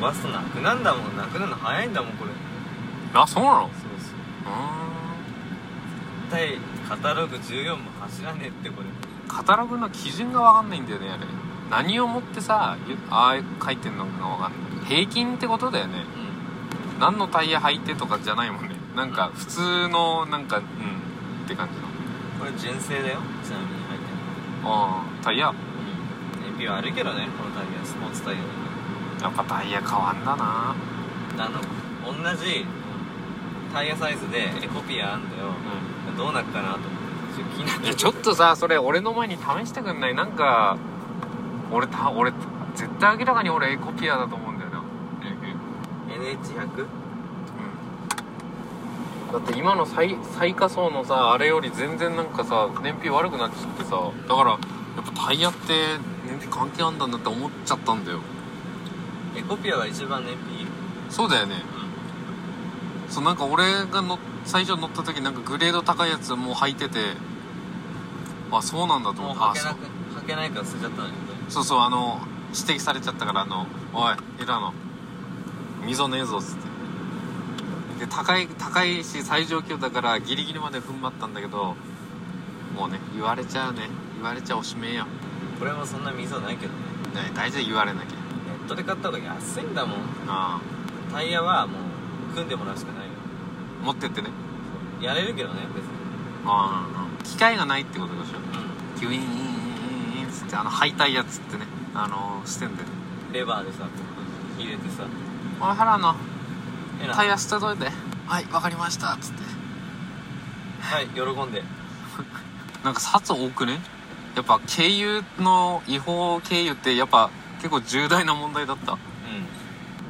バストなくなんだもんなくなるの早いんだもんこれあそうなのうそうそうー絶対カタログ14も走らねえってこれんカタログの基準がわかんないんだよねあれ何をもってさゆああ書いてんのかわかんない平均ってことだよねう何のタイヤ履いてとかじゃないもんねなんか普通のなんかうんって感じのんこれ純正だよちなみに入ってああタイヤるうん AP はあるけどねこのタイヤスポーツタイヤやっぱタイヤ変わんだあなの同じタイヤサイズでエコピアあんだようどうなっかなと思って気になっんいてやちょっとさそれ俺の前に試してくんないなんか俺た俺絶対明らかに俺エコピアだと思うんだよな NH100? だって今の最最下層のさあれより全然なんかさ燃費悪くなっちゃってさだからやっぱタイヤって燃費関係あんだなって思っちゃったんだよエコピアは一番燃費いいそうだよねそうなんか俺がの最初乗った時なんかグレード高いやつもう履いててあそうなんだとも思うっ履たけそなうく履けないから捨てちゃったんだそうそうあの指摘されちゃったからあの「おいエラの溝ねえぞ」っつってで高い高いし最上級だからギリギリまで踏ん張ったんだけどもうね言われちゃうね言われちゃおしめえよ、ね、けどこれもそんな溝ないけどね大体言われなきゃネットで買った方が安いんだもんああタイヤはもう組んでもらうしかないよ持ってってねやれるけどね別にああうんうん機械がないってことでしょうギュイーンっつってあの履いたやつってねあのー、してんでねんレバーでさ入れてさおい原野えなタイヤ捨てといてはいわかりましたっつってはい喜んでなんか札多くねやっぱ経由の違法経由ってやっぱ結構重大な問題だった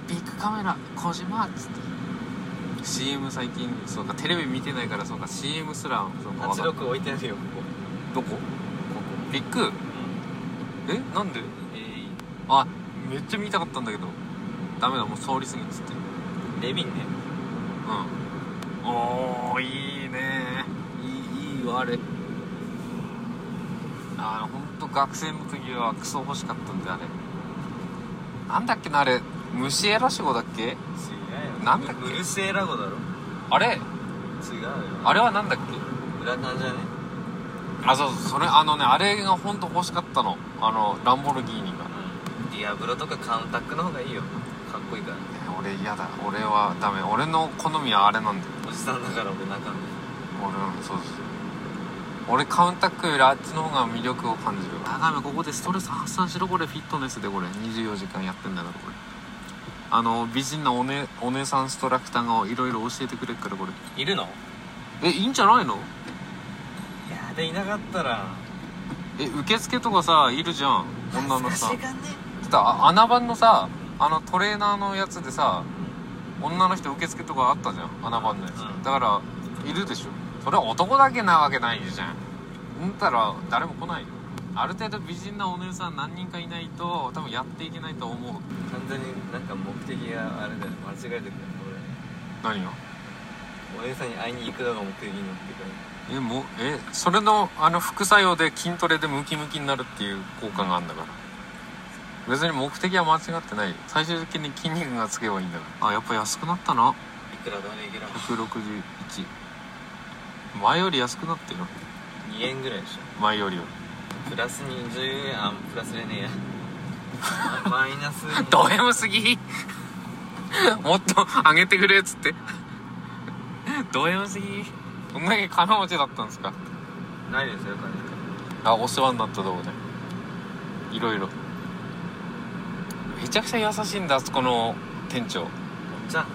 ビッグカメラ小島っつって CM 最近そうかテレビ見てないからそうか CM すらそうかわかんない86置いてあるよここどこここビッグうんえなんでえあめっちゃ見たかったんだけどダメだもう通り過ぎっつってーレビンねうんおーいいねいいいいわあれあの本当学生の時はクソ欲しかったんであれなんだっけなあれ虫エラシゴだっけ違うよなんだっけうるせえラゴだろあれ違うよあれはなんだっけ裏感じゃねあそうそうそれあのねあれが本当欲しかったのあのランボルギーニがうんディアブロとかカウンタックの方がいいよかっこいいからね俺嫌だ俺はダメ俺の好みはあれなんだよおじさんだから俺なんか俺うんそうです俺カウンタックよりあっちの方が魅力を感じる眺めここでストレス発散しろこれフィットネスでこれ24時間やってんだからこれあの美人なお,、ね、お姉さんストラクターがいろいろ教えてくれるからこれいるのえいいんじゃないのいやでいなかったらえ受付とかさいるじゃん女のさ恥ずかしがんねちょっとあ穴番のさあのトレーナーのやつでさ女の人受付とかあったじゃん穴番のやつ、うんだからいるでしょそれは男だけなわけないじゃんうんたら誰も来ないよある程度美人なお姉さん何人かいないと多分やっていけないと思う完全になんか目的があれだよ間違えてくる何が俺お姉さんに会いに行くのが目的になってくるえもうえそれのあの副作用で筋トレでムキムキになるっていう効果があるんだから別に目的は間違ってないよ最終的に筋肉がつけばいいんだからあやっぱ安くなったないくらだねいくら161前より安くなってる2円ぐらいでしょ前よりはプラス20円あプラスでねえやあマイナスド M すぎもっと上げてくれっつってド M すぎどんだけ金持ちだったんですかないですよあお世話になったとこねいろいろめちゃくちゃ優しいんだあそこの店長、うん金じゃあ